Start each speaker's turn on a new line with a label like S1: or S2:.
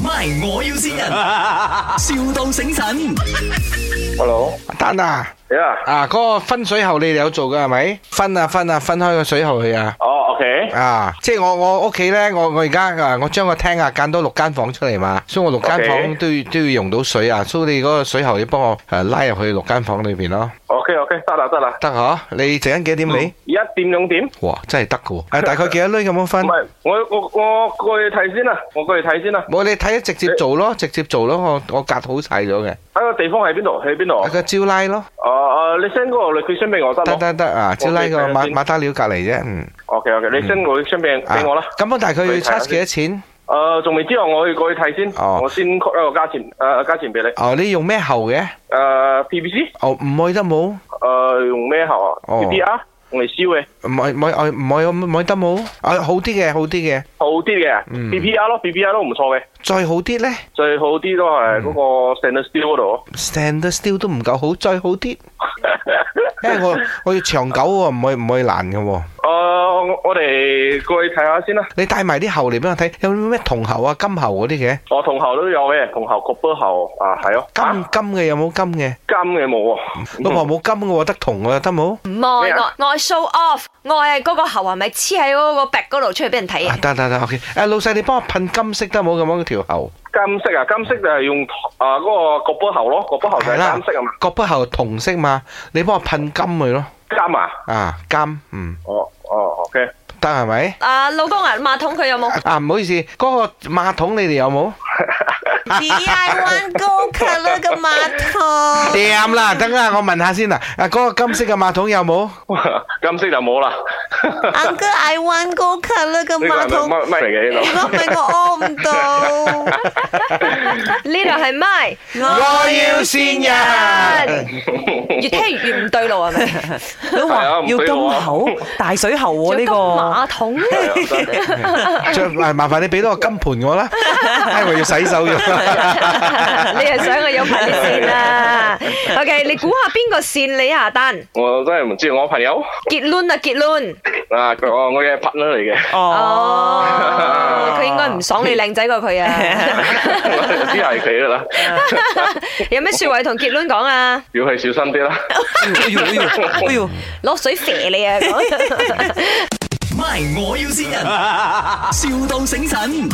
S1: ，MY 我要 先人，,笑到醒神。
S2: Hello，
S3: 蛋啊！
S2: 呀，
S3: 啊，嗰、個分水喉你哋有做噶係咪？分啊分啊，分開個水喉去啊！
S2: 哦，OK，
S3: 啊，即係我我屋企咧，我我而家啊，我將個廳啊間多六間房出嚟嘛，所以我六間
S2: OK
S3: 房都要都要用到水啊，所以你嗰個水喉要幫我誒拉入去六間房裏邊咯，
S2: OK，OK，得啦，得啦，
S3: 得嗬？你陣間幾點嚟？
S2: 一點兩點，唔
S3: 哇，真係得 㗎喎！啊誒，大概幾多呢咁樣分？
S2: 係，我我我過去睇先啦，我過去睇先啦，
S3: 冇你睇直接做咯，直接做咯，我我隔好晒咗嘅，
S2: 睇個地方喺邊度，喺邊度
S3: 啊，個招拉咯，
S2: 哦哦，你 send 嗰個 location 俾我得
S3: 得
S2: 冇
S3: 得得啊，招拉個
S2: 我哋睇下
S3: 馬
S2: 先
S3: 馬達料隔離啫，嗯，
S2: ？OK，OK，你 send 個 location 俾
S3: 啊
S2: 俾我啦，
S3: 咁我大概要
S2: 你睇下
S3: charge
S2: 先
S3: 幾多錢？
S2: 誒，仲未知道，啊我去過去睇先，
S3: 哦
S2: 我先 cut 一個價錢，誒價錢俾你，
S3: 哦，你用咩喉嘅？
S2: 誒 PVC，
S3: 哦，唔愛得冇，
S2: 誒用咩喉啊
S3: 哦
S2: ？PPR 用嚟燒嘅，
S3: 唔愛唔愛唔愛唔愛得冇，啊好啲嘅，好啲嘅，
S2: 好啲嘅
S3: 嗯
S2: ，PPR 咯，PPR 都唔錯嘅，
S3: 再好啲咧
S2: 最好啲都係嗰個 stainless steel 嗰度。
S3: ，stand still 都唔夠好，再好啲，因為我我要長久喎，唔可以唔可以爛嘅喎。
S2: 誒、我我哋過去睇下先啦。
S3: 你帶埋啲喉嚟俾我睇，有咩銅喉啊、金喉嗰啲嘅？
S2: 我同校都有嘅，同校 copper 校啊，係咯。
S3: 金
S2: 啊
S3: 金嘅有冇金嘅？
S2: 金嘅冇喎。
S3: 老婆冇金嘅喎，得銅嘅得冇？
S4: 唔愛
S2: 咩啊
S4: 我我係 show off，我係嗰個喉係咪黐喺嗰個壁嗰度出去俾人睇
S3: 啊
S4: 啊？
S3: 得得得，OK。誒老細，你幫我噴金色得冇咁樣條喉？
S2: 金色啊，金色就係用啊嗰、個 copper 校咯，copper 校就係金色啊嘛。
S3: 角筆喉銅色嘛，你幫我噴金佢咯。
S2: 金啊，
S3: 啊金，嗯，
S2: 哦哦，OK。
S3: 得係咪？
S4: 啊，老公啊，馬桶佢有冇
S3: 啊，唔好意思，嗰、個馬桶你哋有冇？
S4: D I One Go Color 嘅馬桶？
S3: 掂啦，等下我問下先啦。啊，嗰、個金色嘅馬桶有冇？
S2: 金色就冇啦。
S4: Uncle I One Go Color 嘅
S2: 呢個係咪乜乜嚟嘅呢
S4: 唔係哦我屙唔到。呢度係咪？
S3: 我要先人，
S4: 越聽越唔對路啊係咪？
S5: 都話
S2: 係啊唔
S5: 要
S2: 俾
S5: 金
S2: 我啊
S5: 口大水喉喎呢
S4: 仲有個馬
S5: 個，
S4: 桶。
S3: 着麻麻煩你俾多個金盤我啦，哎，我要洗手用。
S4: 你係想我有排啲線 啦？OK，你估下邊個線你下單？
S2: 度？我真係唔知，我朋友
S4: 結論啊，結論。
S2: 啊，佢我我嘅 partner 嚟嘅，哦
S4: 哦，佢應該唔爽你靚仔過佢 啊！
S2: 我就知係佢噶啦，
S4: 有咩説話要同傑倫講啊？
S2: 要係小心啲啦。
S5: 哎呦哎呦哎呦！
S4: 攞水肥你啊！
S1: MY 我要先人，,笑到醒神。